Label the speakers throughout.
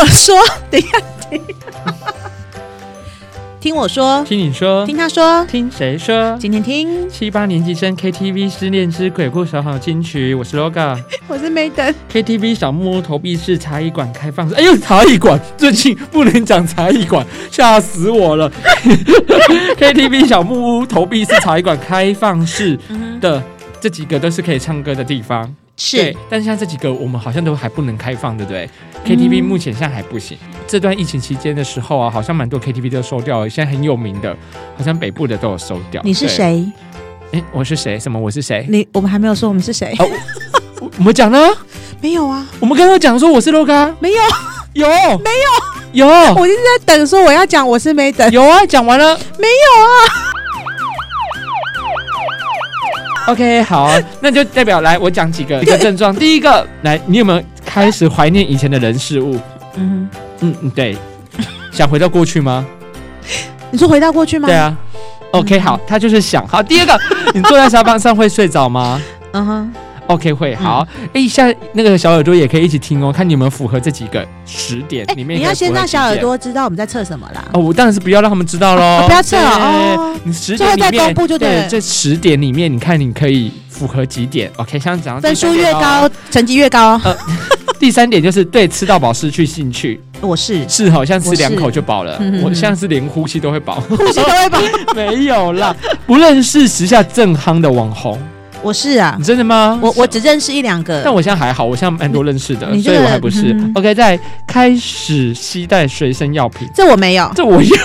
Speaker 1: 我说，等一下，听，听我说，
Speaker 2: 听你说，
Speaker 1: 听他说，
Speaker 2: 听谁说？
Speaker 1: 今天听，
Speaker 2: 七八年级生 KTV 失恋之鬼故事好金曲，我是 LOGA。
Speaker 1: 我是梅登。
Speaker 2: KTV 小木屋投币式茶艺馆开放式，哎呦，茶艺馆最近不能讲茶艺馆，吓死我了。KTV 小木屋投币式茶艺馆开放式的这几个都是可以唱歌的地方，
Speaker 1: 是
Speaker 2: 对，。但是像这几个我们好像都还不能开放，对不对？KTV
Speaker 1: 嗯
Speaker 2: 目前现在还不行。这段疫情期间的时候啊，好像蛮多 KTV 都收掉了，现在很有名的，好像北部的都有收掉。
Speaker 1: 你是
Speaker 2: 对？
Speaker 1: 谁？
Speaker 2: 哎，我是谁？什么？我是谁？
Speaker 1: 你我们还没有说我们是谁？
Speaker 2: 我我们讲呢？
Speaker 1: 没有啊，
Speaker 2: 我们刚刚讲说我是 LOGA，
Speaker 1: 没有，啊
Speaker 2: 有没有？有。
Speaker 1: 我一直在等，说我要讲我是梅登。
Speaker 2: 有啊，讲完了。
Speaker 1: 没有啊，
Speaker 2: OK，好，啊那就代表来我讲几个一个症状。第一个，来，你有没有开始怀念以前的人事物？
Speaker 1: 嗯，
Speaker 2: 嗯嗯，对，想回到过去吗？
Speaker 1: 你说回到过去吗？
Speaker 2: 对，啊。OK，好，
Speaker 1: 嗯
Speaker 2: 他就是想。好，第 二个，你坐在沙发上会睡着吗
Speaker 1: 嗯哼，
Speaker 2: ？OK，会。
Speaker 1: 嗯
Speaker 2: 好，哎，下那个小耳朵也可以一起听哦，看你们符合这几个十点
Speaker 1: 哎，
Speaker 2: 里面。
Speaker 1: 你要先让小耳。朵知道我们在测什么啦。
Speaker 2: 哦，我当然是不要让他们知道喽、
Speaker 1: 啊不要测哦
Speaker 2: 对
Speaker 1: 哦
Speaker 2: 你十
Speaker 1: 最后
Speaker 2: 点
Speaker 1: 再
Speaker 2: 里面
Speaker 1: 公布就对了
Speaker 2: 这十点里面，你看你可以符合几点？OK，像讲到
Speaker 1: 分
Speaker 2: 第
Speaker 1: 数
Speaker 2: 三点
Speaker 1: 越
Speaker 2: 哦
Speaker 1: 高，，成绩越高。
Speaker 2: 第三点就是对吃到饱失去兴趣，
Speaker 1: 我 是
Speaker 2: 是好像吃
Speaker 1: 我是
Speaker 2: 两口就饱了
Speaker 1: 嗯嗯，嗯
Speaker 2: 我像是连呼吸都 会饱，
Speaker 1: 呼吸都会吧？
Speaker 2: 没有啦，不认识时下正夯的网红，
Speaker 1: 我是啊
Speaker 2: 你，真的吗？
Speaker 1: 我我只认识一两个。
Speaker 2: 但我现在还好，我现在蛮多认识的
Speaker 1: 你，你这
Speaker 2: 所
Speaker 1: 个
Speaker 2: 以我还不是
Speaker 1: 嗯。
Speaker 2: OK，再来开始携带随身药品，
Speaker 1: 这我没有。
Speaker 2: 这我有，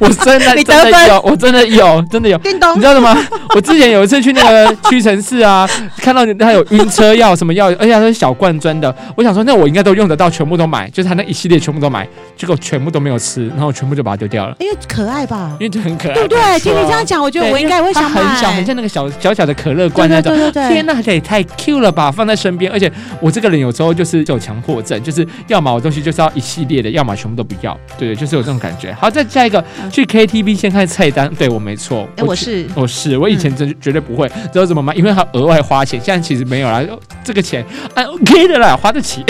Speaker 2: 我真的
Speaker 1: 你得
Speaker 2: 真的
Speaker 1: 分
Speaker 2: 有，我真的有，真的有。
Speaker 1: 叮咚
Speaker 2: 你知，道吗？我之前有一次去那 个屈臣氏啊，看到他有晕车药什么药，而且它是小罐装的。我想说，那我应该都用得到，全部都买，就是他那一系列全部都买，结果全部都没有吃，然后我全部就把它丢掉了，
Speaker 1: 因为可爱吧
Speaker 2: 因，为就很可爱。
Speaker 1: 对不
Speaker 2: 我
Speaker 1: 对？
Speaker 2: 跟
Speaker 1: 听你
Speaker 2: 说
Speaker 1: 这样，讲，我觉得
Speaker 2: 对
Speaker 1: 我应该会想
Speaker 2: 因为
Speaker 1: 买。
Speaker 2: 它很小，很像那个小小小的可
Speaker 1: 对
Speaker 2: 乐罐那
Speaker 1: 对
Speaker 2: 种。
Speaker 1: 对对对，
Speaker 2: 天呐，这也太 Q 了吧！放在身边，而且我这个人有时候就是有强迫症，就是要么我东西就是要一系列的，要么全部都不要。对，就是有这种感
Speaker 1: 嗯
Speaker 2: 觉。好，再下一个，去 KTV 先看菜单。对我没错，
Speaker 1: 哎，我是嗯
Speaker 2: 哦，是我以前真绝对不会，知道怎么吗？因为他额外花钱，现在其实没有啦，哦这个钱哎 OK 的啦，花得起，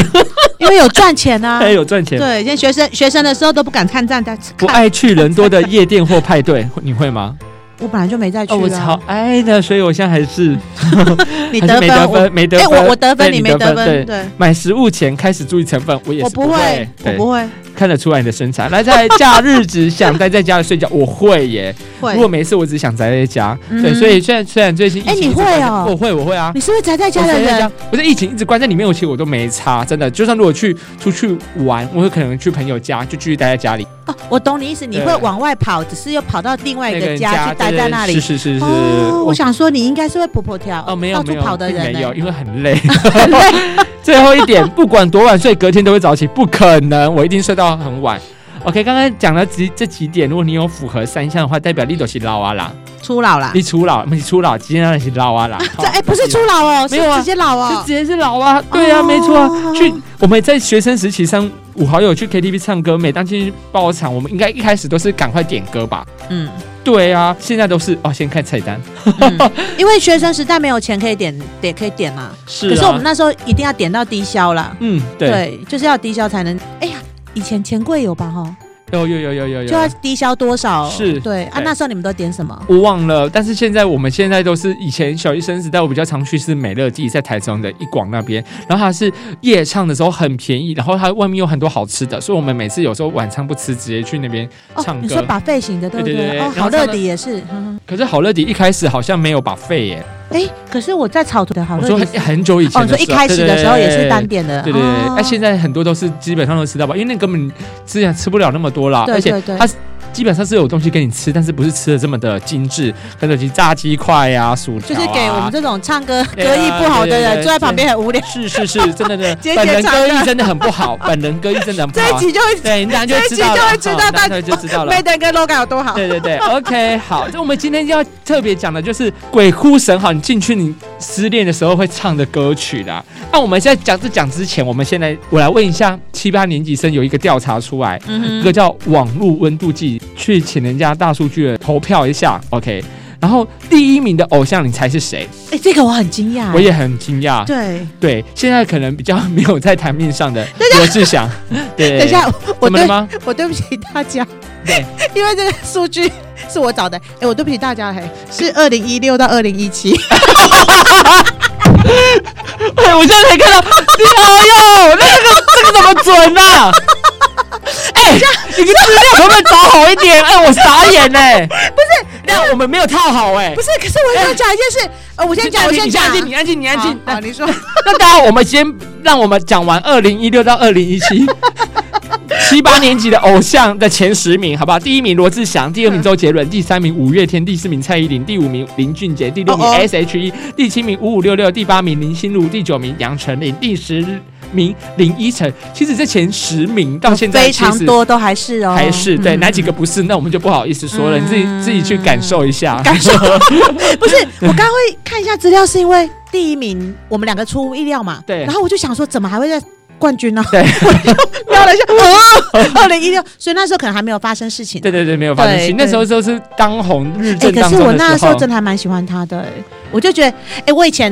Speaker 1: 因为有赚钱 啊
Speaker 2: 还。有赚钱。
Speaker 1: 对，以前学生学生的时候都不敢看站但是
Speaker 2: 不哎
Speaker 1: 看，
Speaker 2: 爱去人多的夜店或派对，你会吗？
Speaker 1: 我本来就没再去
Speaker 2: 哦，我
Speaker 1: 啊
Speaker 2: 超。爱的，所以我现在还是
Speaker 1: 你
Speaker 2: 还
Speaker 1: 得
Speaker 2: 是
Speaker 1: 分，
Speaker 2: 没得
Speaker 1: 我
Speaker 2: 分，没得
Speaker 1: 哎，
Speaker 2: 分。
Speaker 1: 我我得分，
Speaker 2: 对
Speaker 1: 没得
Speaker 2: 对
Speaker 1: 分，，对。
Speaker 2: 买食物前开始注意成分，我也
Speaker 1: 我
Speaker 2: 是
Speaker 1: 不
Speaker 2: 会
Speaker 1: 会，，我
Speaker 2: 对
Speaker 1: 不会，
Speaker 2: 看得出来你的身材。来，在假日只想待在家里睡觉，我会耶。如果
Speaker 1: 会。
Speaker 2: 没事，我只想宅在家。
Speaker 1: 嗯
Speaker 2: 对，所以虽然虽然最近疫
Speaker 1: 哎
Speaker 2: 情
Speaker 1: 你
Speaker 2: 一直
Speaker 1: 会
Speaker 2: 关在
Speaker 1: 哦
Speaker 2: 我会我会啊。
Speaker 1: 你是不是宅在家的
Speaker 2: 我在
Speaker 1: 人
Speaker 2: 家？，我在疫情一直关在里面，我其实我都没差，真的。就算如果去出去玩，我有可能去朋友家，就继续待在家里。
Speaker 1: 哦，我懂你意思，你
Speaker 2: 对
Speaker 1: 会往外跑，只是又跑到另外一
Speaker 2: 那
Speaker 1: 个
Speaker 2: 人
Speaker 1: 家去待
Speaker 2: 对
Speaker 1: 在那
Speaker 2: 是
Speaker 1: 里。
Speaker 2: 是是是。
Speaker 1: 哦，我想说你应该是会婆婆跳，
Speaker 2: 哦，没有
Speaker 1: 到
Speaker 2: 没
Speaker 1: 处
Speaker 2: 有，
Speaker 1: 跑的
Speaker 2: 并
Speaker 1: 人欸
Speaker 2: 没有，
Speaker 1: 呢。
Speaker 2: 因为 很累。 最后一点，不管多晚睡，隔天都会早起，不可能，我一定睡到很晚。OK，刚刚讲了几这几点，如果你有符合三项的话，代表你都是老啊啦，
Speaker 1: 初老啦。
Speaker 2: 你初老，不是初老，今天是老啊啦。
Speaker 1: 这哎不是初老哦，是
Speaker 2: 没有啊
Speaker 1: 直接老
Speaker 2: 就
Speaker 1: 哦
Speaker 2: 直。接是老啊，对啊，
Speaker 1: 哦
Speaker 2: 没错啊。去我们在学生时期上五好友去 KTV 唱歌，每当进去爆场，我们应该一开始都是赶快点歌吧？
Speaker 1: 嗯，
Speaker 2: 对啊，现在都是哦，先看菜单。
Speaker 1: 嗯因为学生时代没有钱可以点，点可以点嘛。
Speaker 2: 是
Speaker 1: 可是我们那时候一定要点到低消啦。
Speaker 2: 嗯，对，
Speaker 1: 就是要低消才能。哎呀，以前钱柜有吧？哈，
Speaker 2: 有有有有有
Speaker 1: 就要
Speaker 2: 有。
Speaker 1: 低消多少？
Speaker 2: 啊是哎
Speaker 1: 对啊。
Speaker 2: 对
Speaker 1: 那时候你们都点什么？
Speaker 2: 我忘了，但是现在我们现在都是以前小学生时代，我比较常去是美乐蒂，在台中的一广那边，然后它是夜唱的时候很便宜，然后它外面有很多好吃的，所以我们每次有时候晚餐不吃，直接去那边唱
Speaker 1: 哦
Speaker 2: 歌。
Speaker 1: 你说把费型的对不
Speaker 2: 对对对
Speaker 1: 哦，
Speaker 2: 然后
Speaker 1: 好乐
Speaker 2: 唱的
Speaker 1: 迪也是。嗯
Speaker 2: 可是好乐迪一开始好像没有把费耶，
Speaker 1: 哎，可是我在草图的好
Speaker 2: 我
Speaker 1: 乐
Speaker 2: 说
Speaker 1: 迪是。
Speaker 2: 很很久以
Speaker 1: 哦，你
Speaker 2: 前的时候，啊
Speaker 1: 说一开始的时候也是单
Speaker 2: 对。
Speaker 1: 点的，
Speaker 2: 对对对，
Speaker 1: 哦
Speaker 2: 那、现在很多都是基本上都吃到饱，因为那根本之前吃不了那么多啦，
Speaker 1: 对对
Speaker 2: 而
Speaker 1: 对
Speaker 2: 且它是基本上是有东西给你吃，但是不是吃的这么的精致，可能有炸鸡块呀、薯
Speaker 1: 就
Speaker 2: 条、啊，
Speaker 1: 是给我们这种唱歌
Speaker 2: 对
Speaker 1: 歌
Speaker 2: 啊
Speaker 1: 艺不好的
Speaker 2: 对对
Speaker 1: 人
Speaker 2: 对对
Speaker 1: 坐在旁边很无聊。
Speaker 2: 是是是，真 的真的
Speaker 1: 节，
Speaker 2: 本
Speaker 1: 俭
Speaker 2: 人歌
Speaker 1: 长
Speaker 2: 艺
Speaker 1: 大
Speaker 2: 真的很不 好，本人歌艺真的很不
Speaker 1: 这一
Speaker 2: 好，
Speaker 1: 集就会
Speaker 2: 对，你大家
Speaker 1: 这
Speaker 2: 就
Speaker 1: 一集
Speaker 2: 会知
Speaker 1: 就
Speaker 2: 道了，
Speaker 1: 会知道
Speaker 2: 哦
Speaker 1: 大
Speaker 2: 大家就知道了。
Speaker 1: Maiden 跟 Logan 有多好。
Speaker 2: 对对对，OK，好，这我们今天要特别讲的就是鬼哭神嚎，你进去你失恋的时候会唱的歌曲啦。啊那我们在讲这讲之前，我们先来我来问一下七八年级生有一个调查出来，
Speaker 1: 嗯
Speaker 2: 一
Speaker 1: 哼
Speaker 2: 个叫网络温度计，去请人家大数据的投票一下，OK。然后第一名的偶像，你猜是谁？
Speaker 1: 哎、这个我很惊讶。
Speaker 2: 我也很惊讶。
Speaker 1: 对，
Speaker 2: 对，现在可能比较没有在台面 上的罗志祥。对，
Speaker 1: 等一下，我
Speaker 2: 怎么了
Speaker 1: 对，
Speaker 2: 吗？
Speaker 1: 我对不起大家，
Speaker 2: 对，
Speaker 1: 因为这个数据是我找的。哎、我对不起大家，嘿，是二零一六到二零一 七。
Speaker 2: 哎，我现在才看到，哎呦，那个这个怎么准呢、 啊？哎，你个资料可不可以找好 一点？哎，我傻眼哎、不是，但我们没有套好哎、
Speaker 1: 不是，可是我想讲一件事，呃，我先讲，我先
Speaker 2: 你
Speaker 1: 讲。
Speaker 2: 安静，你安静，你安静。
Speaker 1: 好，好你说。
Speaker 2: 那当然，我们先让我们讲完二零一六到二零一 七。七八年级的偶像的前十名，好不好？第一名罗志祥，第二名周杰伦，第三名五月天，第四名蔡依林，第五名林俊杰，第六名
Speaker 1: 哦哦
Speaker 2: S.H.E，第七名五五六六，第八名林心如，第九名杨丞琳，第十名林依晨。其实这前十名到现在
Speaker 1: 非
Speaker 2: 其
Speaker 1: 常
Speaker 2: 实
Speaker 1: 多都还是哦，
Speaker 2: 还是对
Speaker 1: 嗯
Speaker 2: 哪几个不是，那我们就不好意思说了，你自己自己去感受一下。
Speaker 1: 感 受不是，我刚刚会看一下资料，是因为第一名我们两个出乎意料嘛。
Speaker 2: 对
Speaker 1: 然后我就想说，怎么还会在冠军呢？
Speaker 2: 对
Speaker 1: 我就瞄了一下，哦，二零一六，所以那时候可能还没有发生事情。
Speaker 2: 对对对，没有发生
Speaker 1: 对
Speaker 2: 心。
Speaker 1: 对
Speaker 2: 那时候就是当红日
Speaker 1: 哎、
Speaker 2: 正
Speaker 1: 可
Speaker 2: 当
Speaker 1: 是
Speaker 2: 中
Speaker 1: 我
Speaker 2: 的
Speaker 1: 那
Speaker 2: 时
Speaker 1: 时
Speaker 2: 候
Speaker 1: 候，真的还蛮喜欢他的、哎我就觉得，哎、我以前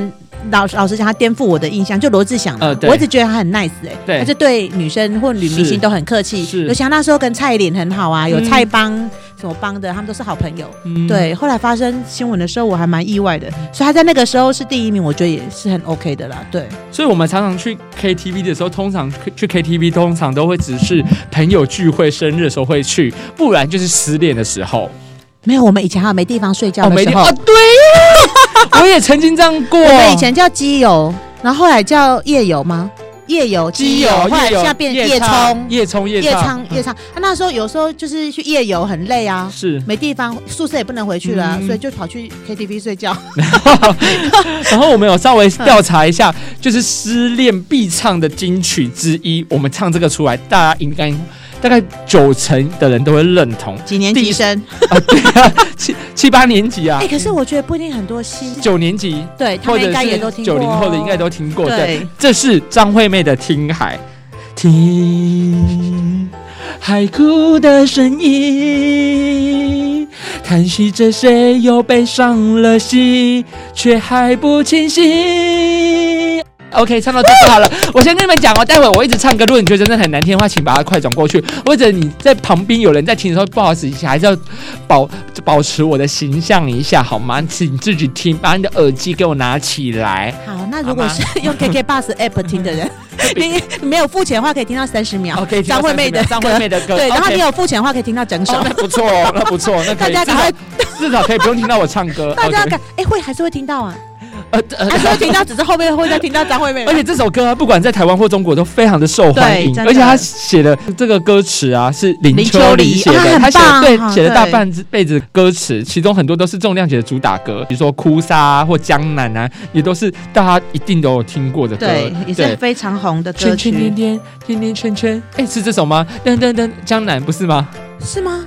Speaker 1: 老老实讲，他颠覆我的印象，就罗志祥嘛、
Speaker 2: 呃对
Speaker 1: 我一直觉得他很 nice 哎、
Speaker 2: 对
Speaker 1: 他就对女生或女明
Speaker 2: 是
Speaker 1: 星都很客气，
Speaker 2: 是
Speaker 1: 尤其他那时候跟蔡依林很好啊，有
Speaker 2: 嗯
Speaker 1: 蔡帮、什么帮的，他们都是好朋友。
Speaker 2: 嗯
Speaker 1: 对，后来发生新闻的时候，我还蛮意外的，所以他在那个时候是第一名，我觉得也是很 OK 的啦。对，
Speaker 2: 所以我们常常去 KTV 的时候，通常去 KTV 通常都会只是朋友聚会、生日的时候会去，不然就是失恋的时候。
Speaker 1: 没有，我们以前还有没地方睡觉的
Speaker 2: 没
Speaker 1: 时
Speaker 2: 地
Speaker 1: 候，
Speaker 2: 哦，对呀，我也曾经这样过。
Speaker 1: 我们以前叫基友，然后后来叫夜游吗？夜游、
Speaker 2: 基友、
Speaker 1: 后来
Speaker 2: 夜
Speaker 1: 现
Speaker 2: 游、
Speaker 1: 在变夜
Speaker 2: 唱
Speaker 1: 冲、
Speaker 2: 夜冲、夜
Speaker 1: 夜
Speaker 2: 唱嗯
Speaker 1: 唱、夜唱。啊那时候有时候就是去夜游很累啊，
Speaker 2: 是。
Speaker 1: 没地方，宿舍也不能回去了啊，
Speaker 2: 嗯
Speaker 1: 所以就跑去 KTV 睡觉。
Speaker 2: 然后我们有稍微调查一下，就是失恋必唱的金曲之一，我们唱这个出来，大家应该大概九成的人都会认同。
Speaker 1: 几年
Speaker 2: 第
Speaker 1: 级生？
Speaker 2: 啊，对啊，七七八年级啊
Speaker 1: 哎，，可是我觉得不一定很多新，
Speaker 2: 九年级
Speaker 1: 对他
Speaker 2: 或
Speaker 1: 们
Speaker 2: 者
Speaker 1: 应该也
Speaker 2: 是
Speaker 1: 都听过
Speaker 2: 九
Speaker 1: 哦，
Speaker 2: 零后的应该都听过。对，
Speaker 1: 对。
Speaker 2: 这是张惠妹的《听海》，听海哭的声音，叹息着谁又被伤了心，却还不清醒。OK，唱到这就好了。我先跟你们讲哦，待会我一直唱歌，如果你觉得真的很难听的话，请把它快转过去，或者你在旁边有人在听的时候，不好意思，还是要保保持我的形象一下好吗？请自己听，把你的耳机给我拿起来。
Speaker 1: 好，那
Speaker 2: 好
Speaker 1: 如果
Speaker 2: 吗
Speaker 1: 是用 KK Bus app 听的 人，你你没有付钱的话，可以听到三十秒。
Speaker 2: OK，
Speaker 1: 张惠妹的
Speaker 2: 张惠妹的歌，
Speaker 1: 对，然后
Speaker 2: 哦 OK
Speaker 1: 你有付钱的话，可以听到整首
Speaker 2: 哦，。那不错 哦，那不错，那
Speaker 1: 大
Speaker 2: 可以
Speaker 1: 家
Speaker 2: 至
Speaker 1: 赶快
Speaker 2: 少，至少可以不用听到我唱歌，
Speaker 1: 大家
Speaker 2: OK
Speaker 1: 看，哎，会还是会听到 啊，
Speaker 2: 呃呃
Speaker 1: 还是会听到，只是后面会再听到张惠妹
Speaker 2: 而。且这首歌啊不管在台湾或中国都非常的受欢迎
Speaker 1: 对，真的
Speaker 2: 而且他写的这个歌词啊是林
Speaker 1: 林
Speaker 2: 秋
Speaker 1: 秋
Speaker 2: 离
Speaker 1: 离
Speaker 2: 写
Speaker 1: 啊
Speaker 2: 的，
Speaker 1: 很
Speaker 2: 他写的
Speaker 1: 棒
Speaker 2: 对
Speaker 1: 哈
Speaker 2: 写了大
Speaker 1: 对
Speaker 2: 半辈子歌词，其中很多都是重量级的主打歌，比如说《哭砂》啊或《江南》啊，也都是大家一定都有听过的歌
Speaker 1: 对，，也是
Speaker 2: 对。
Speaker 1: 非常红的歌
Speaker 2: 圈圈点
Speaker 1: 曲，
Speaker 2: 点，点点圈圈，哎，是这首吗？噔噔噔，江南不是吗？
Speaker 1: 是吗？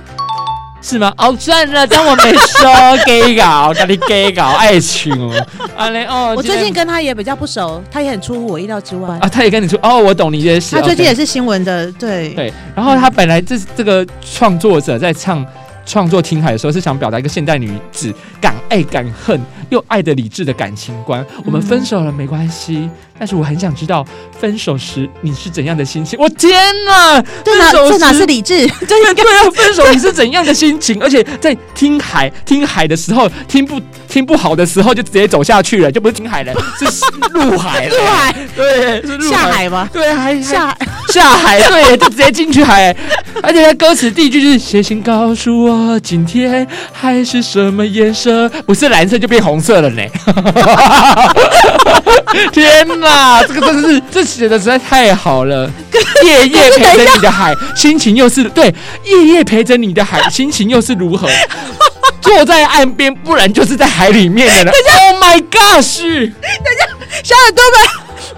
Speaker 2: 是吗？哦，算了，当我没说 gay 搞，跟你 gay 搞爱情哦， 啊嘞哦，
Speaker 1: 我
Speaker 2: 今天
Speaker 1: 最近跟他也比较不熟，他也很出乎我意料之外
Speaker 2: 啊，。他也跟你说哦，我懂你的意思。
Speaker 1: 他最近
Speaker 2: OK
Speaker 1: 也是新闻的，对，
Speaker 2: 对，然后他本来这这个创作者在唱创作《听海》的时候，是想表达一个现代女子敢爱敢恨又爱的理智的感情观。我们分手了没关系，但是我很想知道分手时你是怎样的心情。
Speaker 1: 嗯
Speaker 2: 我天哪，
Speaker 1: 这哪
Speaker 2: 这首
Speaker 1: 这哪
Speaker 2: 诗
Speaker 1: 是理 智？
Speaker 2: 对呀，对呀，分手你是怎样的心情？而且在听海听海的时候，听不听不好的时候，就直接走下去了，就不是听海 了，是入海了。哎
Speaker 1: 入海
Speaker 2: 对，是入
Speaker 1: 下。海吗？
Speaker 2: 对，还 下
Speaker 1: 下海
Speaker 2: 下海，对，就直接进去海。而且他歌词第一句就是写信告诉我今天海是什么颜色，不是蓝色就变红色了呢。天哪，这个真的是 这写的实在太好了。夜夜陪着你的海，心情又是对；夜夜陪着你的海，心情又是 如何？坐在岸边，不然就是在海里面的了。Oh my gosh！
Speaker 1: 小耳朵们，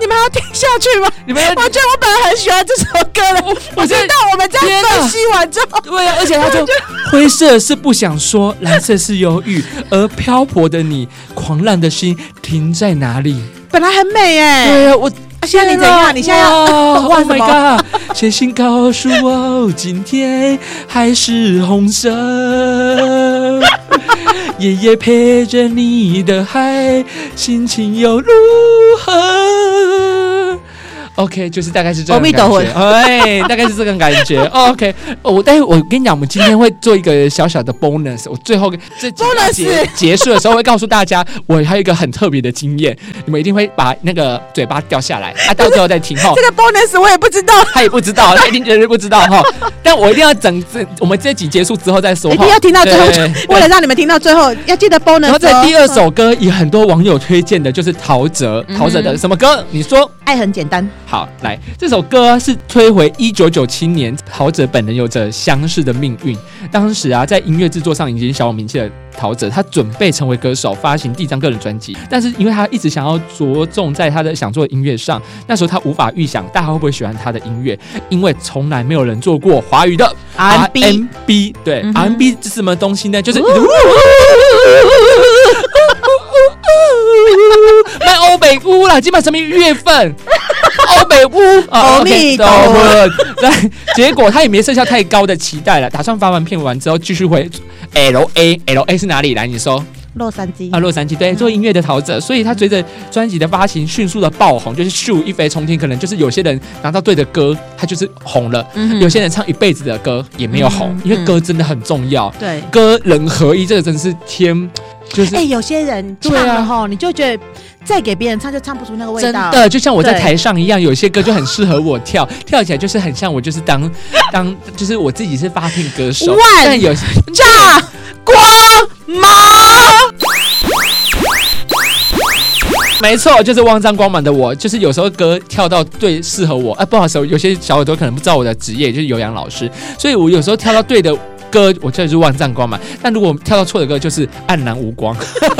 Speaker 1: 你们还要听下去吗？
Speaker 2: 你们要
Speaker 1: 我觉得我本来很喜欢这首歌的，
Speaker 2: 我
Speaker 1: 我
Speaker 2: 现在
Speaker 1: 知道我们这
Speaker 2: 天
Speaker 1: 样
Speaker 2: 哪
Speaker 1: 分析完之后，
Speaker 2: 对啊，而且他就灰色是不想说，蓝色是忧郁，而漂泊的你，狂浪的心停在哪里？
Speaker 1: 本来很美哎。
Speaker 2: 对啊，我
Speaker 1: 啊现在你怎样？你现在要
Speaker 2: 哇
Speaker 1: 哇
Speaker 2: ？Oh
Speaker 1: 什
Speaker 2: my god！写信告诉我，今天还是红色。夜夜陪着你的海，心情又如何？OK，就是大概是这
Speaker 1: 阿
Speaker 2: 种
Speaker 1: 弥
Speaker 2: 感
Speaker 1: 陀佛
Speaker 2: 觉，哎，大概是这种感 觉。OK，哦我但是我跟你讲，我们今天会做一个小小的 bonus，我最后跟这集
Speaker 1: Bonus
Speaker 2: 结结束的时候会告诉大家，我还有一个很特别的经验，你们一定会把那个嘴巴掉下来，啊，到最后再听 哈。
Speaker 1: 这个 bonus 我也不知道，
Speaker 2: 他也不知道，他 一定绝对不知道哈。但我一定要整整，我们这集结束之后再说哈。
Speaker 1: 一定要听到最后
Speaker 2: 对对，对
Speaker 1: 为了让你们听到最后，要记得 bonus 哦。
Speaker 2: 然后在第二首歌，也很多网友推荐的就是陶喆，
Speaker 1: 嗯哼
Speaker 2: 陶喆的什么歌？你说
Speaker 1: 爱很简单，
Speaker 2: 好来，这首歌是推回一九九七年，陶喆本人有着相似的命运。当时啊，在音乐制作上已经小有名气的陶喆，他准备成为歌手，发行第一张个人专辑，但是因为他一直想要着重在他的想做的音乐上，那时候他无法预想大家会不会喜欢他的音乐，因为从来没有人做过华语的
Speaker 1: R&B
Speaker 2: B 对、
Speaker 1: 嗯
Speaker 2: R
Speaker 1: 哼
Speaker 2: B 是什么东西呢？ 就是。卖欧北屋啦，基本上什么月份？欧北 屋，啊
Speaker 1: 欧米
Speaker 2: OK，
Speaker 1: 陀
Speaker 2: 懂
Speaker 1: 佛
Speaker 2: 了对，结果他也没设下太高的期待了，打算发完片完之后继续回 L A L A 是哪里来？你说
Speaker 1: 洛杉矶
Speaker 2: 啊，洛杉矶对，做音乐的陶喆，所以他随着专辑的发行迅速的爆红，就是咻一飞冲天，可能就是有些人拿到对的歌，他就是红了。
Speaker 1: 嗯哼
Speaker 2: 有些人唱一辈子的歌也没有红
Speaker 1: 嗯，
Speaker 2: 因为歌真的很重要，
Speaker 1: 对。
Speaker 2: 歌人合一，这个真是天，就是
Speaker 1: 哎、有些人唱
Speaker 2: 对啊
Speaker 1: 了吼，你就觉得再给别人唱就唱不出那个味
Speaker 2: 真
Speaker 1: 道。
Speaker 2: 的，就像我在
Speaker 1: 对
Speaker 2: 台上一样，有些歌就很适合我跳， 跳起来就是很像我，就是当 当就是我自己是发片歌手
Speaker 1: 万，
Speaker 2: 但有
Speaker 1: 炸锅毛，
Speaker 2: 没错，就是忘张光芒的我，就是有时候歌跳到对适合我，啊，不好意思，有些小耳朵可能不知道我的职业就是有氧老师，所以我有时候跳到对的。歌，我就是忘张光芒，但如果我跳到错的歌，就是黯然无 光，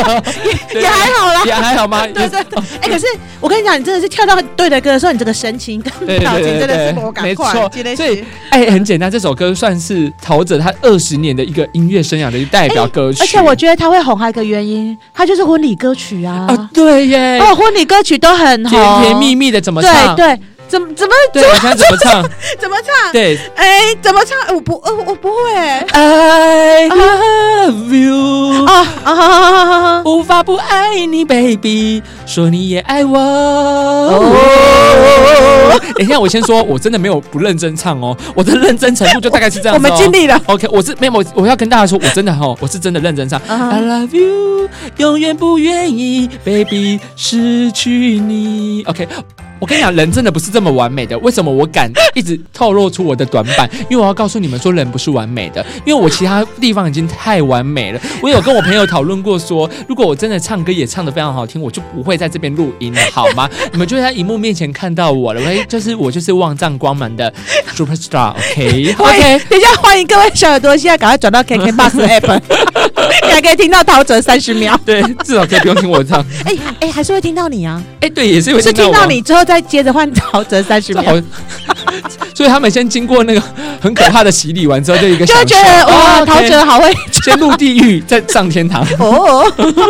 Speaker 1: 也还好啦。
Speaker 2: 也还好吗？
Speaker 1: 对对对，哎、可是我跟你讲，你真的是跳到对的歌的时候，你这个神情跟
Speaker 2: 对对
Speaker 1: 表
Speaker 2: 对
Speaker 1: 情
Speaker 2: 对
Speaker 1: 真的是
Speaker 2: 对
Speaker 1: 我赶
Speaker 2: 没错
Speaker 1: 快，真的
Speaker 2: 所以
Speaker 1: 是。
Speaker 2: 哎，很简单，这首歌算是陶喆他二十年的一个音乐生涯的一个代表歌曲。
Speaker 1: 哎而且我觉得他会红，还有一个原因，他就是婚礼歌曲啊。
Speaker 2: 啊，对耶，
Speaker 1: 哦，婚礼歌曲都很红，
Speaker 2: 甜甜蜜蜜的怎么
Speaker 1: 对
Speaker 2: 唱？
Speaker 1: 对，怎么怎么
Speaker 2: 对，我想怎么唱？
Speaker 1: 怎么唱？
Speaker 2: 对
Speaker 1: 哎、怎么唱？哎我不，呃，我我不会、
Speaker 2: ，I love you，
Speaker 1: 啊啊啊啊啊！
Speaker 2: 无法不爱你，baby，说你也爱我
Speaker 1: 哦。
Speaker 2: 等一下，我先说，我真的没有不认真唱哦，我的认真程度就大概是这样
Speaker 1: 我
Speaker 2: 子哦。
Speaker 1: 们尽力了。
Speaker 2: OK，我是没有，我我要跟大家说，我真的吼，我是真的认真唱。
Speaker 1: 嗯
Speaker 2: I love you，永远不愿意，baby，失去你。OK。我跟你讲，人真的不是这么完美的。为什么我敢一直透露出我的短板？因为我要告诉你们说，人不是完美的。因为我其他地方已经太完美了。我有跟我朋友讨论过说，如果我真的唱歌也唱得非常好听，我就不会在这边录音了，好吗？你们就会在荧幕面前看到我了。喂，就是我就是望藏光芒的 superstar，OK，OK、
Speaker 1: 欢迎等一下，欢迎各位小耳朵，现在赶快转到 KK Bus App，你还可以听到陶喆三十秒。
Speaker 2: 对，至少可以不用听我唱。
Speaker 1: 哎、哎、还是会听到你啊，
Speaker 2: 哎、对，也是会
Speaker 1: 是
Speaker 2: 听到
Speaker 1: 听
Speaker 2: 我
Speaker 1: 到你之后再接着换陶喆三十
Speaker 2: 这
Speaker 1: 秒，
Speaker 2: 好。 所以他们先经过那个很可怕的洗礼完之后，就一个
Speaker 1: 就会
Speaker 2: 享
Speaker 1: 觉
Speaker 2: 受
Speaker 1: 得哇，
Speaker 2: 哦
Speaker 1: 陶
Speaker 2: ，OK
Speaker 1: 喆好会
Speaker 2: 先入地狱，再上天堂。
Speaker 1: 哦。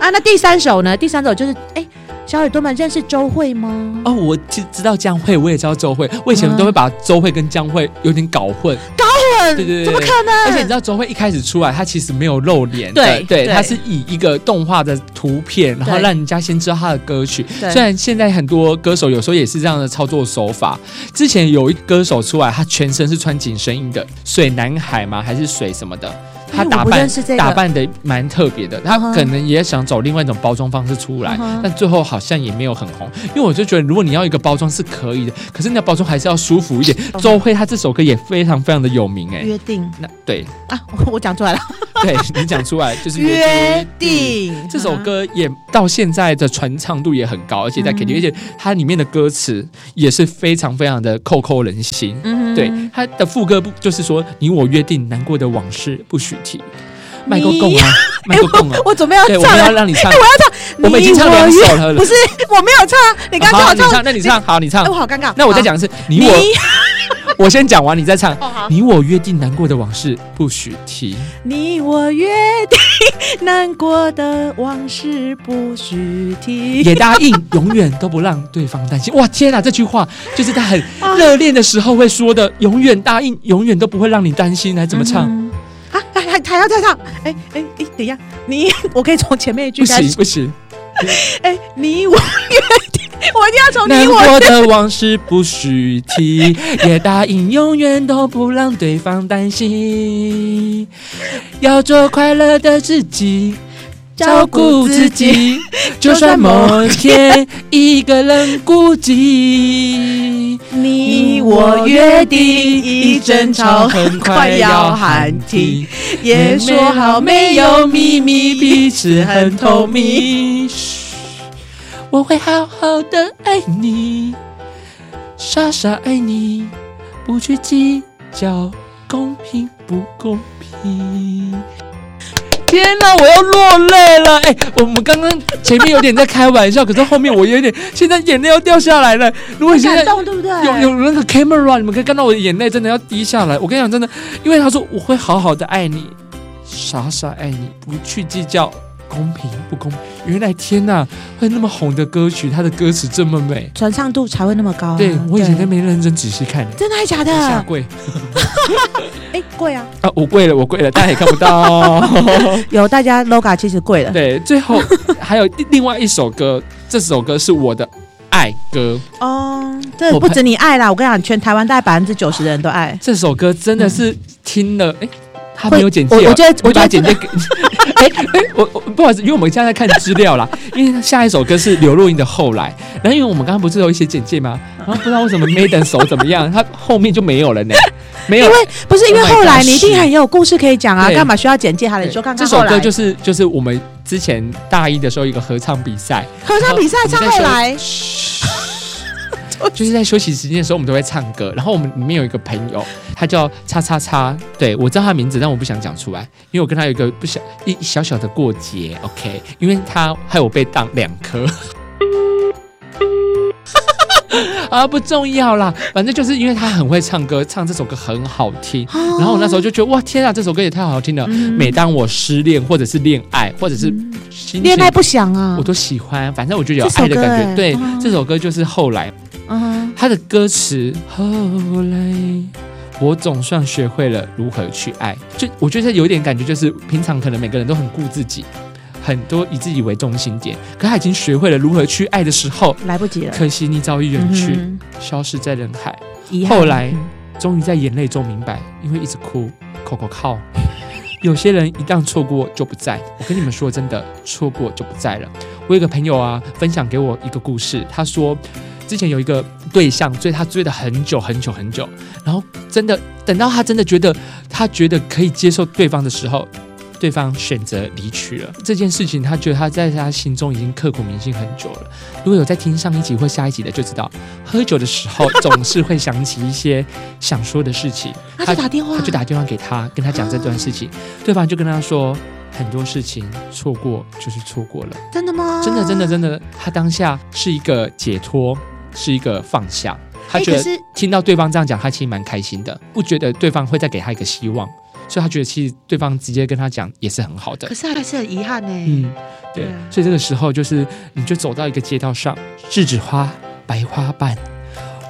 Speaker 1: 啊，那第三首呢？第三首就是哎、小耳朵们认识周蕙吗？
Speaker 2: 哦，我知知道江蕙，我也知道周蕙，我以前都会把周蕙跟江蕙有点搞混。
Speaker 1: 嗯
Speaker 2: 对对对
Speaker 1: 怎么可能？
Speaker 2: 而且你知道周蕙一开始出来，她其实没有露脸的，
Speaker 1: 对
Speaker 2: 对，
Speaker 1: 对
Speaker 2: 她是以一个动画的图片，然后
Speaker 1: 对
Speaker 2: 让人家先知道她的歌曲。
Speaker 1: 对
Speaker 2: 虽然现在很多歌手有时候也是这样的操作手法，之前有一歌手出来，他全身是穿紧身衣的，水男孩吗？还是水什么的？他
Speaker 1: 嗯我
Speaker 2: 打
Speaker 1: 不
Speaker 2: 扮
Speaker 1: 认识这个
Speaker 2: 打扮的蛮特别的，他
Speaker 1: 嗯哼
Speaker 2: 可能也想找另外一种包装方式出来
Speaker 1: 嗯哼，
Speaker 2: 但最后好像也没有很红。因为我就觉得，如果你要一个包装是可以的，可是你的包装还是要舒服一点。
Speaker 1: 懂
Speaker 2: 周蕙她这首歌也非常非常的有名哎、
Speaker 1: 约定
Speaker 2: 那对
Speaker 1: 啊， 我我讲出来了，
Speaker 2: 对，你讲出来就是
Speaker 1: 约。定
Speaker 2: 这首。歌也到现在的传唱度也很高，而且在
Speaker 1: 嗯
Speaker 2: KTV，、而且它里面的歌词也是非常非常的扣扣人心。
Speaker 1: 嗯哼
Speaker 2: 对，它的副歌不就是说你我约定，难过的往事不许提，卖个 供啊，卖个供啊。
Speaker 1: 哎我准备要
Speaker 2: 对，我
Speaker 1: 唱
Speaker 2: 们
Speaker 1: 了
Speaker 2: 要，让你唱，
Speaker 1: 你
Speaker 2: 我们已经唱
Speaker 1: 我
Speaker 2: 两
Speaker 1: 约
Speaker 2: 首了。
Speaker 1: 不是，我没有唱，你刚
Speaker 2: 好，
Speaker 1: 刚
Speaker 2: 你
Speaker 1: 叫我唱，
Speaker 2: 唱，那你唱，好，你唱
Speaker 1: 哎，。我好尴尬。
Speaker 2: 那我再
Speaker 1: 好，
Speaker 2: 讲的是你
Speaker 1: 你
Speaker 2: 我，我先讲完，你再唱。
Speaker 1: 哦好，
Speaker 2: 你我约定，难过的往事不许提。
Speaker 1: 你我约定，难过的往事不许提。
Speaker 2: 也答应永远都不让对方担心。哇，天哪！这句话就是他很热恋的时候会说的，永远答应，永远都不会让你担心，还怎么唱？
Speaker 1: 嗯？啊，还还还要再唱，哎哎哎，等一下，你我可以从前面一句
Speaker 2: 不
Speaker 1: 开
Speaker 2: 行
Speaker 1: 始，
Speaker 2: 不行，
Speaker 1: 哎，你我我一定要从
Speaker 2: 难
Speaker 1: 你我
Speaker 2: 过的往事不许提，也答应永远都不让对方担心，要做快乐的自己，照顾自，己， 就算某天一个人孤寂。
Speaker 1: 你我约定一争吵很快要喊停，，也说好没有秘密，彼此很透明。
Speaker 2: 明。嘘我会好好的爱你，傻傻爱你，不去计较公平不公平。天哪，我要落泪了！哎、我们刚刚前面有点在开玩笑，可是后面我有点，现在眼泪要掉下来了。如果现在
Speaker 1: 感动对不对？
Speaker 2: 有有那个 camera，你们可以看到我的眼泪真的要滴下来。我跟你讲，真的，因为他说我会好好的爱你，傻傻爱你，不去计较公平不公平。原来天呐，会那么红的歌曲，它的歌词这么美。
Speaker 1: 传唱度才会那么高啊、
Speaker 2: 对我以前都没认真仔细看、欸，
Speaker 1: 真的还假的？
Speaker 2: 下跪
Speaker 1: 哎，贵啊！
Speaker 2: 啊，我跪了，我跪了，大家也看不 到。
Speaker 1: 有大家 LOGA 其实贵了
Speaker 2: 对，最后还有另另外一首歌，这首歌是我的爱歌。
Speaker 1: 哦，这
Speaker 2: 我
Speaker 1: 不
Speaker 2: 朋
Speaker 1: 止你爱啦，我跟你讲，全台湾大概百分之九十的人都爱。
Speaker 2: 这首歌真的是听了，哎、他没有简介、
Speaker 1: 嗯我
Speaker 2: 哦，
Speaker 1: 我觉得，我
Speaker 2: 我
Speaker 1: 觉
Speaker 2: 把
Speaker 1: 得
Speaker 2: 简介给， 哎哎、我我不好意思，因为我们现在在看资料啦， 因为下一首歌是刘若英的《后来》，然后因为我们刚刚不是有一些简介吗？
Speaker 1: 嗯
Speaker 2: 然后不知道为什么 Maiden 手怎么 样，他后面就没有了呢，没有
Speaker 1: 因。为不是因为
Speaker 2: Oh my
Speaker 1: 后来
Speaker 2: gosh
Speaker 1: 你一定很有故事可以讲啊，
Speaker 2: 对
Speaker 1: 干嘛需要简介他的？
Speaker 2: 对
Speaker 1: 你说看
Speaker 2: 这
Speaker 1: 看
Speaker 2: 首
Speaker 1: 后
Speaker 2: 歌
Speaker 1: 来
Speaker 2: 就是就是我们之前大一的时候一个合唱比赛，
Speaker 1: 合唱比赛唱
Speaker 2: 然
Speaker 1: 后
Speaker 2: 我们在休
Speaker 1: 来，
Speaker 2: 嘘就是在休息时间的时候，我们都会唱歌。然后我们里面有一个朋友，他叫叉叉叉，对我知道他名字，但我不想讲出来，因为我跟他有一个不小一一小小的过节。OK，因为他害我被当两颗。 啊，不重要啦，反正就是因为他很会唱歌，唱这首歌很好听。
Speaker 1: 啊
Speaker 2: 然后我那时候就觉得，哇，天啊，这首歌也太好听了！
Speaker 1: 嗯
Speaker 2: 每当我失恋，或者是恋爱，或者是心情
Speaker 1: 恋爱不想啊
Speaker 2: 我，都喜欢，反正我就有
Speaker 1: 这首
Speaker 2: 爱的感
Speaker 1: 歌
Speaker 2: 觉。
Speaker 1: 哎
Speaker 2: 对
Speaker 1: 嗯，
Speaker 2: 这首歌就是后来
Speaker 1: 嗯
Speaker 2: 它的歌词，后来我总算学会了如何去爱。就我觉得有一点感觉，就是平常可能每个人都很顾自己，很多以自己为中心点，可他已经学会了如何去爱的时候，
Speaker 1: 哼，来不及了，
Speaker 2: 可惜你早已远去，
Speaker 1: 嗯
Speaker 2: 消失在人海。
Speaker 1: 哼遗憾
Speaker 2: 后来
Speaker 1: 嗯
Speaker 2: 终于在眼泪中明白，因为一直哭，口口靠。 有些人一旦错过就不在。我跟你们说真的，错过就不在了。我有一个朋友啊，分享给我一个故事，他说之前有一个对象追他追了很久很久很久，然后真的等到他真的觉得他觉得可以接受对方的时候。对方选择离去了这件事情，他觉得他在他心中已经刻骨铭心很久了。如果有在听上一集或下一集的，就知道喝酒的时候总是会想起一些想说的事情，
Speaker 1: 他就打电话，
Speaker 2: 他就打电话给他，跟他讲这段事情，对方就跟他说很多事情错过就是错过了，
Speaker 1: 真的吗？
Speaker 2: 真的真的。真的，他当下是一个解脱，是一个放下，他
Speaker 1: 哎，可
Speaker 2: 觉得呃
Speaker 1: 是
Speaker 2: 听到对方这样讲，他其实蛮开心的，不觉得对方会再给他一个希望，所以他觉得其实对方直接跟他讲也是很好的
Speaker 1: 可。是还是很遗憾呢。
Speaker 2: 嗯，对
Speaker 1: 对啊，
Speaker 2: 所以这个时候就是，你就走到一个街道上，栀子花白花瓣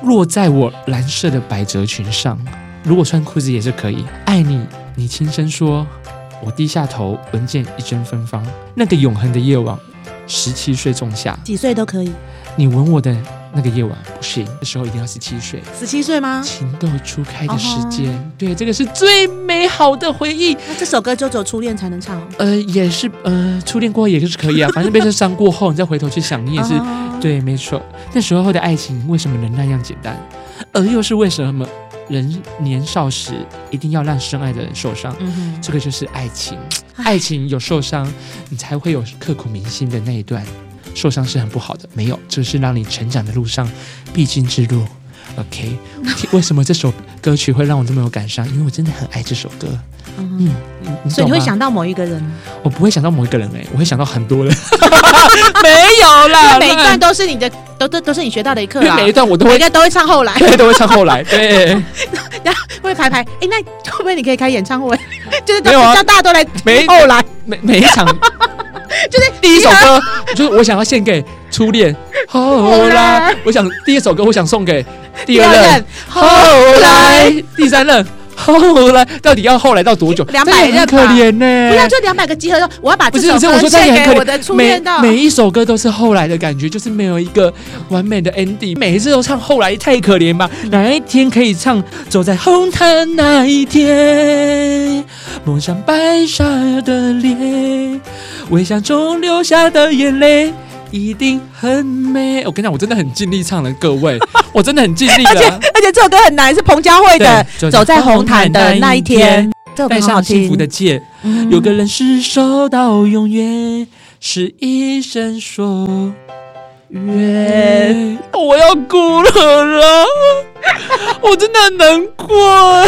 Speaker 2: 落在我蓝色的百褶裙上，如果穿裤子也是可以。爱你，你轻声说，我低下头，闻见一阵芬芳。那个永恒的夜晚，十七岁仲夏，
Speaker 1: 几岁都可以，
Speaker 2: 你吻我的那个夜晚不行，那时候一定要十七岁。
Speaker 1: 十七岁吗？
Speaker 2: 情窦初开的时间
Speaker 1: 哦
Speaker 2: 对，这个是最美好的回忆。
Speaker 1: 那这首歌就只有初恋才能唱哦，
Speaker 2: 呃，也是呃，初恋过后也是可以啊，反正被这伤过后，你再回头去想，你也是、
Speaker 1: 哦
Speaker 2: 对，没错。那时候的爱情为什么能那样简单？而又是为什么人年少时一定要让深爱的人受伤？
Speaker 1: 嗯哼，
Speaker 2: 这个就是爱情，爱情有受伤，你才会有刻骨铭心的那一段。受伤是很不好的，没有，这是让你成长的路上必经之路。OK，为什么这首歌曲会让我这么有感伤？因为我真的很爱这首歌。
Speaker 1: 嗯哼
Speaker 2: 嗯，你你
Speaker 1: 所以
Speaker 2: 懂
Speaker 1: 你会
Speaker 2: 吗
Speaker 1: 想到某一个人，
Speaker 2: 我不会想到某一个人哎、我会想到很多人。 没有啦
Speaker 1: 那每一段都是你的，都都都是你学到的一课啊
Speaker 2: 因
Speaker 1: 啦。
Speaker 2: 为每一段我都
Speaker 1: 每
Speaker 2: 会
Speaker 1: 一，个都会唱后来，
Speaker 2: 对，都会唱后来。对，
Speaker 1: 会排排。哎，那会不会你可以开演 唱会？就是都
Speaker 2: 没有啊
Speaker 1: 让大家都来哦
Speaker 2: 每
Speaker 1: 后来，
Speaker 2: 每每一场
Speaker 1: 就是
Speaker 2: 第一首歌，就是我想要献给初恋。后哦来，我想第一首歌我想送给第二任。后来，第三任。后来到底要后来到多久？
Speaker 1: 200
Speaker 2: 这也
Speaker 1: 任吧
Speaker 2: 很可怜欸呢、
Speaker 1: 不要就两百个集合说，我要把
Speaker 2: 不
Speaker 1: 这
Speaker 2: 是
Speaker 1: 首
Speaker 2: 哎不是，我
Speaker 1: 歌
Speaker 2: 说这样
Speaker 1: 献
Speaker 2: 也很
Speaker 1: 给
Speaker 2: 可
Speaker 1: 我的
Speaker 2: 怜。
Speaker 1: 初恋到
Speaker 2: 每每一首歌都是后来的感觉，就是没有一个完美的 ending，每一次都唱后来，太可怜吧？哪一天可以唱走在红毯那一天，抹上白纱的脸，微笑中流下的眼泪。一定很美。我跟你讲，我真的很尽力唱了，各位，我真的很尽力
Speaker 1: 而且
Speaker 2: 了。
Speaker 1: 而且这首歌很难，是彭佳慧的
Speaker 2: 对
Speaker 1: 《走在红毯的那一天》，这首歌
Speaker 2: 戴
Speaker 1: 很好
Speaker 2: 上幸福
Speaker 1: 听
Speaker 2: 的。戒，
Speaker 1: 嗯
Speaker 2: 有个人是守到永远，是医生说
Speaker 1: 愿
Speaker 2: 我要哭了 啦，我真的很难过。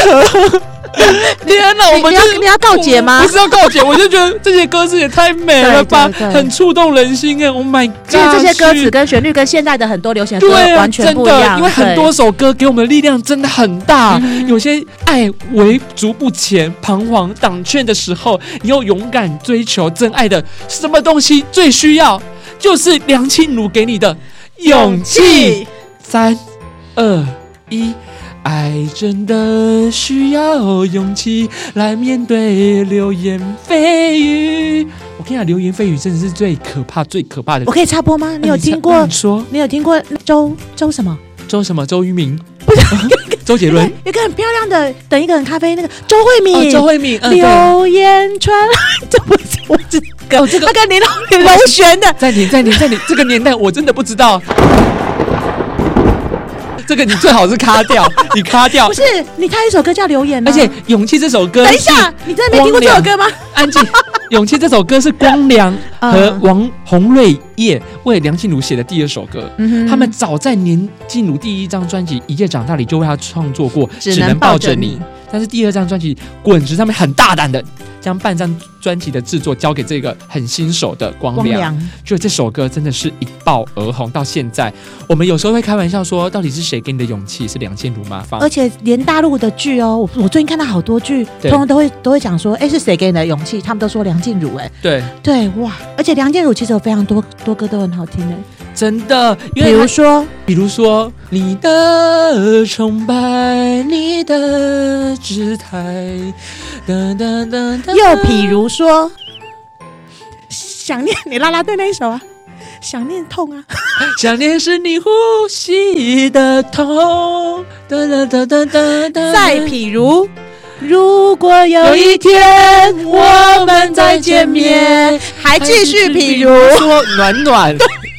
Speaker 2: 天哪，我
Speaker 1: 你
Speaker 2: 们
Speaker 1: 你
Speaker 2: 就
Speaker 1: 要
Speaker 2: 是
Speaker 1: 你要告解吗
Speaker 2: 不？是要告解，我就觉得这些歌词也太美了吧，
Speaker 1: 对对对
Speaker 2: 很触动人心哎！Oh my god！
Speaker 1: 其实这些歌词跟旋律跟现在的很多流行歌
Speaker 2: 对啊，
Speaker 1: 完全不一
Speaker 2: 真的
Speaker 1: 样，
Speaker 2: 因为很多首歌给我们的力量真的很大。
Speaker 1: 嗯
Speaker 2: 有些爱为足不前、彷徨、胆怯的时候，你要勇敢追求真爱的什么东西最需要？就是梁静茹给你的勇
Speaker 1: 嗯
Speaker 2: 气。。三、二、一。爱真的需要勇气来面对流言蜚语。我跟你讲，流言蜚语真的是最可怕、最可怕的
Speaker 1: 我。可以插播吗？你有听过
Speaker 2: 你？说
Speaker 1: 你有听过周周什么？
Speaker 2: 周什么？周渝民？ 周杰 伦？
Speaker 1: 有个很漂亮的，等一个很咖啡那个周慧
Speaker 2: 哦，
Speaker 1: 敏，
Speaker 2: 周慧敏，嗯，对。
Speaker 1: 流言传来， 这不是我这个，
Speaker 2: 哦这个哦
Speaker 1: 那个林老林龙璇的，
Speaker 2: 暂停，暂停，暂停，这个年代我真的不知道。这个你最好是卡掉，你卡掉
Speaker 1: 不。是你看一首歌叫《流言》吗？
Speaker 2: 而且《勇气》这首歌，
Speaker 1: 等一下，，你真的没听过这首歌吗？
Speaker 2: 安静。《勇气》这首歌是光良
Speaker 1: 嗯
Speaker 2: 和王洪瑞业为梁静茹写的第二首歌。
Speaker 1: 嗯哼
Speaker 2: 他们早在年静茹第一张专辑《一夜长大》里就为她创作过《
Speaker 1: 只
Speaker 2: 只
Speaker 1: 能
Speaker 2: 能
Speaker 1: 抱
Speaker 2: 抱
Speaker 1: 着
Speaker 2: 着
Speaker 1: 你
Speaker 2: 你》，但是第二张专辑《滚石》上面很大胆的将半张专辑的制作交给这个很新手的光
Speaker 1: 光
Speaker 2: 良。
Speaker 1: 良，
Speaker 2: 就这首歌真的是一爆而红，到现在，我们有时候会开玩笑说，到底是谁给你的勇气？是梁静茹吗？方
Speaker 1: 而且连大陆的剧哦，我我最近看到好多剧，
Speaker 2: 对
Speaker 1: 通通都会都会讲说，哎，是谁给你的勇气？他们都说梁静茹，哎，
Speaker 2: 对，
Speaker 1: 对哇，而且梁静茹其实有非常多多歌都很好听哎，
Speaker 2: 真的，因
Speaker 1: 比
Speaker 2: 为
Speaker 1: 如
Speaker 2: 他
Speaker 1: 说
Speaker 2: 比如说你的崇拜，你的姿态，哒哒哒哒，
Speaker 1: 又比如说，想念你啦啦队那一首啊，想念痛啊，
Speaker 2: 想念是你呼吸的痛，哒哒哒哒哒哒，
Speaker 1: 再比如。如果有
Speaker 2: 有
Speaker 1: 一
Speaker 2: 一
Speaker 1: 天我
Speaker 2: 我
Speaker 1: 们
Speaker 2: 们
Speaker 1: 再
Speaker 2: 再
Speaker 1: 见
Speaker 2: 见
Speaker 1: 面
Speaker 2: 面，
Speaker 1: 还继续比 如，
Speaker 2: 说暖暖，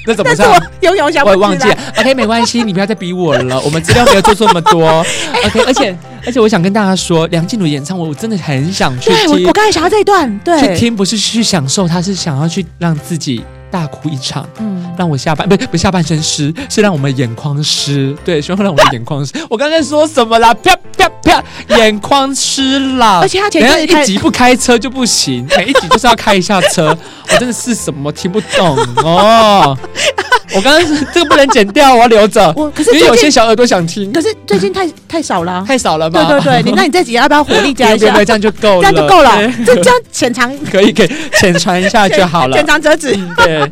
Speaker 2: 那怎么
Speaker 1: 但是
Speaker 2: 唱
Speaker 1: 我？永远想不
Speaker 2: 我也
Speaker 1: 起
Speaker 2: 忘记
Speaker 1: 来
Speaker 2: 了。OK，没 关系，你不要再逼我了。 我们资料没有做这么 多。OK，而且而且我想跟大家说，梁静茹演唱会我真的很想去
Speaker 1: 对我，
Speaker 2: 听
Speaker 1: 我，刚才想到这一段，
Speaker 2: 去
Speaker 1: 对，
Speaker 2: 听不是去享受，她是想要去让自己大哭一场。
Speaker 1: 嗯，
Speaker 2: 让我下半不是不是下半身湿，是让我们眼眶湿。对，希望让我们眼眶湿。 我刚才说什么啦？啪啪啪，眼眶湿啦！
Speaker 1: 而且他前
Speaker 2: 啊等
Speaker 1: 阵
Speaker 2: 一下
Speaker 1: 子开
Speaker 2: 一集不开车就不行， 哎每一集就是要开一下车。我真的是什么听不懂 哦。我刚刚是这个不能剪掉，我要留着，
Speaker 1: 我可是
Speaker 2: 因为有
Speaker 1: 最
Speaker 2: 些
Speaker 1: 近，
Speaker 2: 小耳朵想听
Speaker 1: 可，是最近太太少了啊，
Speaker 2: 太少了吧？
Speaker 1: 对对对，你那你这集要不要火力加一
Speaker 2: 不
Speaker 1: 下
Speaker 2: 用不？用这样就
Speaker 1: 这
Speaker 2: 够了，
Speaker 1: 样就够了
Speaker 2: 对，
Speaker 1: 这这样浅尝
Speaker 2: 可以 可以浅传一下就好了
Speaker 1: 浅。尝辄止。
Speaker 2: 对，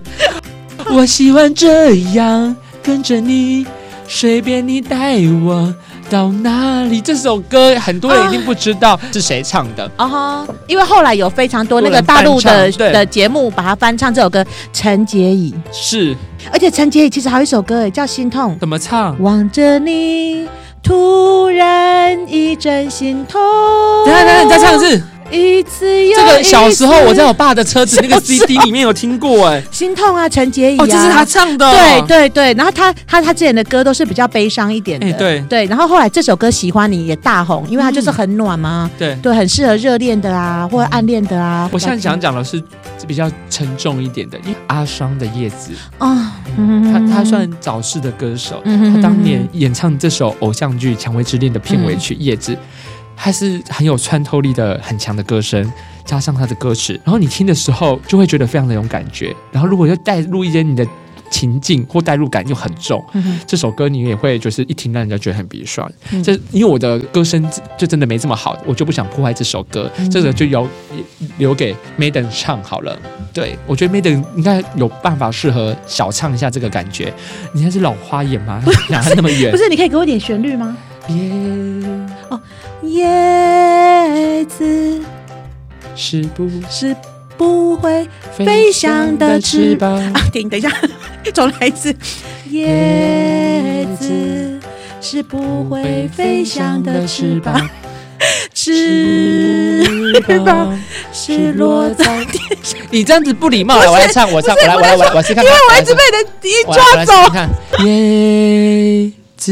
Speaker 2: 我喜欢这样跟着你，随便你带我到哪里。这首歌很多人一定不知 道是谁唱的。
Speaker 1: 哦哈，因为后来有非常多那个大陆的
Speaker 2: 翻唱对
Speaker 1: 的节目把它翻唱这首歌，陈洁仪，
Speaker 2: 是
Speaker 1: 而且陈洁仪其实还有一首歌叫《心痛》，
Speaker 2: 怎么唱？
Speaker 1: 望着你，突然一阵心痛。
Speaker 2: 等一下等一下，你再唱一次。
Speaker 1: 一次又
Speaker 2: 这个小时候我在
Speaker 1: 有
Speaker 2: 我爸的车子那个 CD 里面有听过，哎，
Speaker 1: 心痛啊，陈洁仪、啊，
Speaker 2: 哦，这是他唱的哦，
Speaker 1: 对对对，然后他他他之前的歌都是比较悲伤一点的，
Speaker 2: 哎对
Speaker 1: 对，然后后来这首歌《喜欢你》也大红，因为它就是很暖嘛，
Speaker 2: 对。
Speaker 1: 对，很适合热恋的啊，或者暗恋的啊。
Speaker 2: 我现在想
Speaker 1: 讲
Speaker 2: 讲的是比较沉重一点的，因为阿商的叶子，
Speaker 1: 啊，
Speaker 2: 他他算早逝的歌手，
Speaker 1: 嗯
Speaker 2: 他当年演唱这首偶像剧《蔷薇之恋》的片尾曲《叶子》，他是很有穿透力的、很强的歌声，加上他的歌词，然后你听的时候就会觉得非常的有感觉。然后如果要带入一些你的情境或代入感又很重，这首歌你也会就是一听让人家觉得很鼻酸。
Speaker 1: 嗯
Speaker 2: 这因为我的歌声就真的没这么好，我就不想破坏这首歌，
Speaker 1: 嗯
Speaker 2: 这个就由留给 Maiden 唱好了。对，我觉得 Maiden 应该有办法适合 小唱一下这个感觉。你还是老花眼吗？哪那么远
Speaker 1: 不？是，你可以给我点旋律吗？
Speaker 2: 别
Speaker 1: 叶子
Speaker 2: 是不
Speaker 1: 是不会
Speaker 2: 飞翔的翅膀，
Speaker 1: 啊？停，等一下， 重来一次。叶子是不会飞翔的翅膀，翅
Speaker 2: 翅
Speaker 1: 膀
Speaker 2: 膀。
Speaker 1: 是落在天上。
Speaker 2: 你这样子不礼貌，
Speaker 1: 不
Speaker 2: 来
Speaker 1: 是
Speaker 2: 我来唱，我唱，我来，我来，我来，我试看
Speaker 1: 因
Speaker 2: 看，
Speaker 1: 为我一直
Speaker 2: 来
Speaker 1: 被人一
Speaker 2: 我来我
Speaker 1: 抓
Speaker 2: 来
Speaker 1: 走
Speaker 2: 试。看看，叶子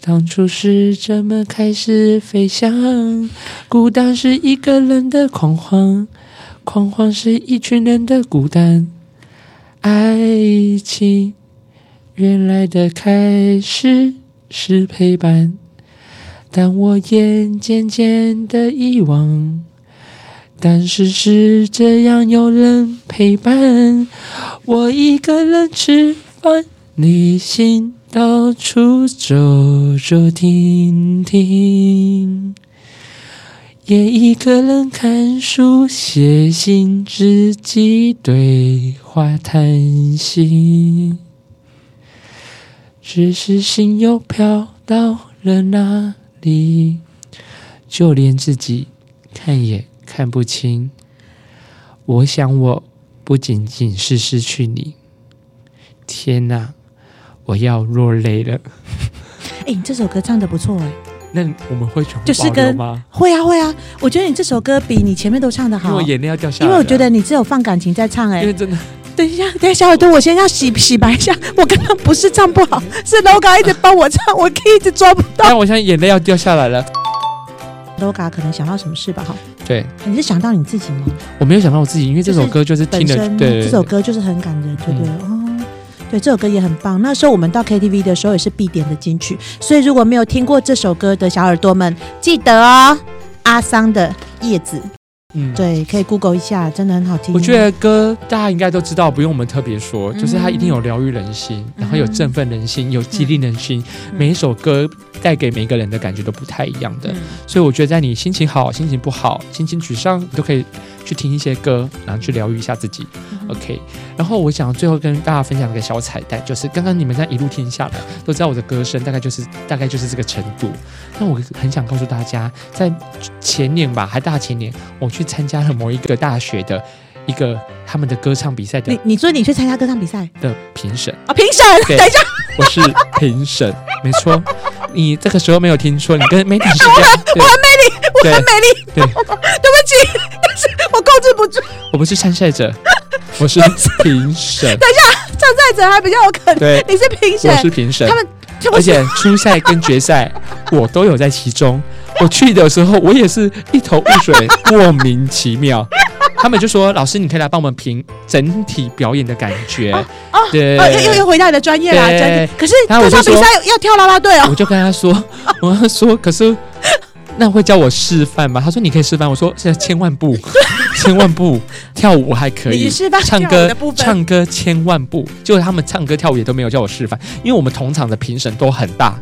Speaker 2: 当初是怎么开始飞翔？孤单是一个人的狂欢，狂欢是一群人的孤单。爱情原来的开始是陪伴，但我也渐渐的遗忘。但是是这样有人陪伴，我一个人吃饭，旅行到处走走停停，也一个人看书写信，自己对话谈心。只是心又飘到了哪里，就连自己看也看不清。我想，我不仅仅是失去你，天哪、我要落泪了。
Speaker 1: 哎、你这首歌唱的不错哎。
Speaker 2: 那我们会全部
Speaker 1: 就是
Speaker 2: 保留
Speaker 1: 跟
Speaker 2: 吗？
Speaker 1: 会啊会啊，我觉得你这首歌比你前面都唱的
Speaker 2: 因为
Speaker 1: 好
Speaker 2: 我，眼泪要掉下
Speaker 1: 因
Speaker 2: 来
Speaker 1: 为
Speaker 2: 了，
Speaker 1: 我觉得你只有放感情在唱哎、
Speaker 2: 因为真的
Speaker 1: 等一下，等一下，小耳朵，我先要洗洗白一下，我刚刚不是唱不好，是 LOGA 一直帮我唱，我一直抓不到。
Speaker 2: 但我现在眼泪要掉下来了。
Speaker 1: LOGA 可能想到什么事吧？哈，
Speaker 2: 对，
Speaker 1: 你是想到你自己吗？
Speaker 2: 我没有想到我自己，因为这首歌就是
Speaker 1: 本
Speaker 2: 听了，
Speaker 1: 身
Speaker 2: 对对嗯
Speaker 1: 这
Speaker 2: 对
Speaker 1: 首歌就是很感人，对不对？哦，对，这首歌也很棒。那时候我们到 KTV 的时候也是必点的金曲，所以如果没有听过这首歌的小耳朵们，记得哦，阿桑的《叶子》，
Speaker 2: 嗯。
Speaker 1: 对，可以 Google 一下，真的很好听。
Speaker 2: 我觉得歌大家应该都知道，不用我们特别说，
Speaker 1: 嗯
Speaker 2: 就是它一定有疗愈人心，然后有振奋人心，有激励人心。
Speaker 1: 嗯
Speaker 2: 每一首歌带给每一个人的感觉都不太一样的，
Speaker 1: 嗯
Speaker 2: 所以我觉得在你心情好、心情不好、心情沮丧，你都可以去听一些歌，然后去疗愈一下自己。OK，然后我想最后跟大家分享一个小彩蛋，就是刚刚你们在一路听下来，都知道我的歌声大概就是大概就是这个程度。那我很想告诉大家，在前年吧，还大前年，我去参加了某一个大学的一个他们的歌唱比赛的
Speaker 1: 你你说你去参加歌唱比赛
Speaker 2: 的评审，
Speaker 1: 啊？评审，
Speaker 2: 对
Speaker 1: 等一下，
Speaker 2: 我是评审，没错。你这个时候没有听错，你跟 m a 是这样，对
Speaker 1: 我
Speaker 2: 对
Speaker 1: 很美丽，
Speaker 2: 对
Speaker 1: 对不起，但是我控制不住，
Speaker 2: 我不是参 赛者，我是评审，
Speaker 1: 参赛者还比较有可能。
Speaker 2: 对，
Speaker 1: 你是评审
Speaker 2: 我，是评审
Speaker 1: 他。们他
Speaker 2: 而
Speaker 1: 们
Speaker 2: 且初赛跟决赛我都有在其中。我去的时候，我也是一头雾水，莫名其妙。 他们就说：“老师，你可以来帮我们评整体表演的感觉。对，
Speaker 1: 哦，又又又回到你的专业啦，
Speaker 2: 对
Speaker 1: 专业。可是
Speaker 2: 然后
Speaker 1: 歌
Speaker 2: 我就
Speaker 1: 唱比
Speaker 2: 说
Speaker 1: 赛要跳啦啦队哦，
Speaker 2: 我就跟他说：“我要说，可是那会叫我示范吗？”他说：“你可以示范。”我说：“现在千万不， 千万不，跳舞还可以
Speaker 1: 你，示范
Speaker 2: 唱
Speaker 1: 跳舞
Speaker 2: 歌
Speaker 1: 的部分
Speaker 2: 唱歌千万不。”结果他们唱歌跳舞也都没有叫我示范，因为我们同场的评审都很 大，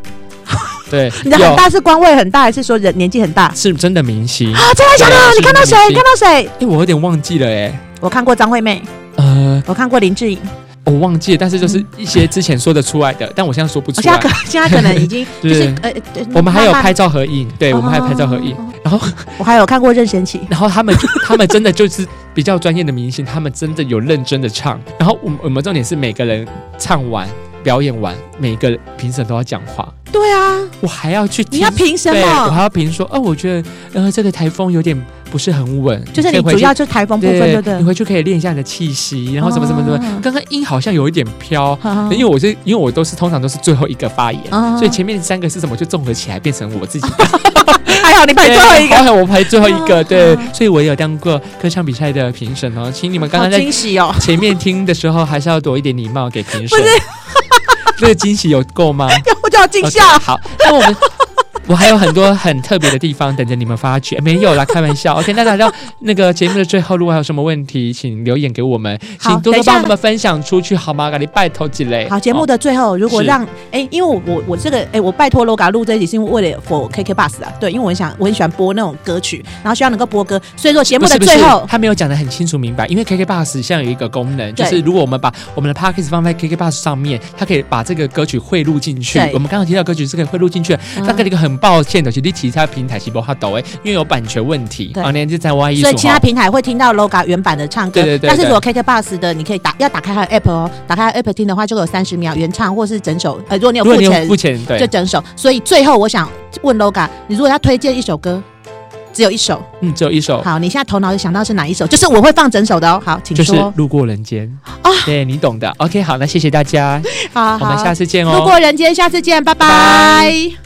Speaker 2: 对，
Speaker 1: 你的
Speaker 2: 有
Speaker 1: 很大是官位很大，还是说人年纪很大？
Speaker 2: 是真的明星。
Speaker 1: 啊，真的假
Speaker 2: 对
Speaker 1: 的？
Speaker 2: 是
Speaker 1: 你看到谁？
Speaker 2: 明星
Speaker 1: 你看到谁？
Speaker 2: 哎、我有点忘记了、哎，
Speaker 1: 我看过张惠妹，
Speaker 2: 呃，
Speaker 1: 我看过林志颖，
Speaker 2: 我忘记了，但是就是一些之前说得出来的，但我现在说不出
Speaker 1: 嗯哦我现在
Speaker 2: 来
Speaker 1: 可。现在可能已经 就是呃，对
Speaker 2: 我们还有，
Speaker 1: 慢
Speaker 2: 拍照合影，对，我们还有拍照合影
Speaker 1: 哦。
Speaker 2: 然后，
Speaker 1: 慢我还有看过任贤齐，
Speaker 2: 然后他们就他们真的就是比较专业的明星，他们真的有认真的唱。然后我们我们重点是每个人唱完表演完，每一个评审都要讲话，
Speaker 1: 对啊，
Speaker 2: 我还要去
Speaker 1: 你
Speaker 2: 听
Speaker 1: 要。凭什
Speaker 2: 对，我
Speaker 1: 么？
Speaker 2: 还要评说，哦，我觉得，呃，这个台风有点不是很稳，
Speaker 1: 就是
Speaker 2: 可以
Speaker 1: 你
Speaker 2: 回
Speaker 1: 主
Speaker 2: 去
Speaker 1: 要就是台风部分，对不对
Speaker 2: 你？回去可以练一下你的气息，然后什么什么什
Speaker 1: 哦
Speaker 2: 么。刚刚音好像有一点飘，
Speaker 1: 啊
Speaker 2: 因为我是因为我都是通常都是最后一个发言，
Speaker 1: 啊
Speaker 2: 所以前面三个是什么就综合起来变成我自己。
Speaker 1: 还好你排最后一个，
Speaker 2: 对，我排最后一 个，
Speaker 1: 啊
Speaker 2: 对
Speaker 1: 啊，
Speaker 2: 所以我也有当过歌唱比赛的评审哦，请你们刚
Speaker 1: 好
Speaker 2: 刚在
Speaker 1: 惊喜哦！
Speaker 2: 前面听的时候还是要多一点礼貌给 评审。这个惊喜有够吗？
Speaker 1: 我就要惊吓
Speaker 2: OK，好，那我们我还有很多很特别的地方等着你们 发掘，没有啦，开玩笑。OK，那来到那个节目的最后，如果还有什么问题，请留言给我们，
Speaker 1: 好
Speaker 2: 请多
Speaker 1: 等一
Speaker 2: 多
Speaker 1: 下
Speaker 2: 帮我们分享出去好吗？赶紧拜托几嘞。
Speaker 1: 好，节目
Speaker 2: 哦
Speaker 1: 的最后，如果
Speaker 2: 是
Speaker 1: 让哎、因为我我我这个哎、我拜托 LOGA 录这一集是因为为了 for KK Bus 啊，对，因为我很想我很喜欢播那种歌曲，然后希望能够播歌，所以说节目
Speaker 2: 不
Speaker 1: 的
Speaker 2: 是不是
Speaker 1: 最后，
Speaker 2: 他没有讲得很清楚明白，因为 KKBox 现在有一个功能，就
Speaker 1: 对
Speaker 2: 是如果我们把我们的 p a c k a g e 放在 KKBox 上面，它可以把这个歌曲汇入进去
Speaker 1: 对。
Speaker 2: 我们刚刚提到歌曲是可以汇入进去的，
Speaker 1: 嗯
Speaker 2: 那个一个很抱歉的，就是你其他平台是无法抖诶，因为有版权问题。
Speaker 1: 对
Speaker 2: 啊，那就在外艺
Speaker 1: 所以
Speaker 2: 术
Speaker 1: 其他
Speaker 2: 哈。
Speaker 1: 平台会听到 LOGA 原版的唱歌，
Speaker 2: 对对对
Speaker 1: 但是如
Speaker 2: 对
Speaker 1: 果 KK Bus 的，你可以打要打开它的 app 哦，打开它的 app 听的话，就会有三十秒原唱或是整首，呃，如果你有
Speaker 2: 如
Speaker 1: 付
Speaker 2: 果你有
Speaker 1: 钱
Speaker 2: 付钱，对
Speaker 1: 就，整首。所以最后我想问 LOGA，你如果要推荐一首歌，只有一首，
Speaker 2: 嗯，只有一首，
Speaker 1: 好，你现在头脑里想到是哪一首？就是我会放整首的哦。好，请
Speaker 2: 就是
Speaker 1: 说
Speaker 2: 《。路过人间
Speaker 1: 啊》
Speaker 2: 对你懂的。OK，好，那谢谢大家，
Speaker 1: 好好，
Speaker 2: 我们下次见哦。
Speaker 1: 路过人间，下次见，拜拜。
Speaker 2: 拜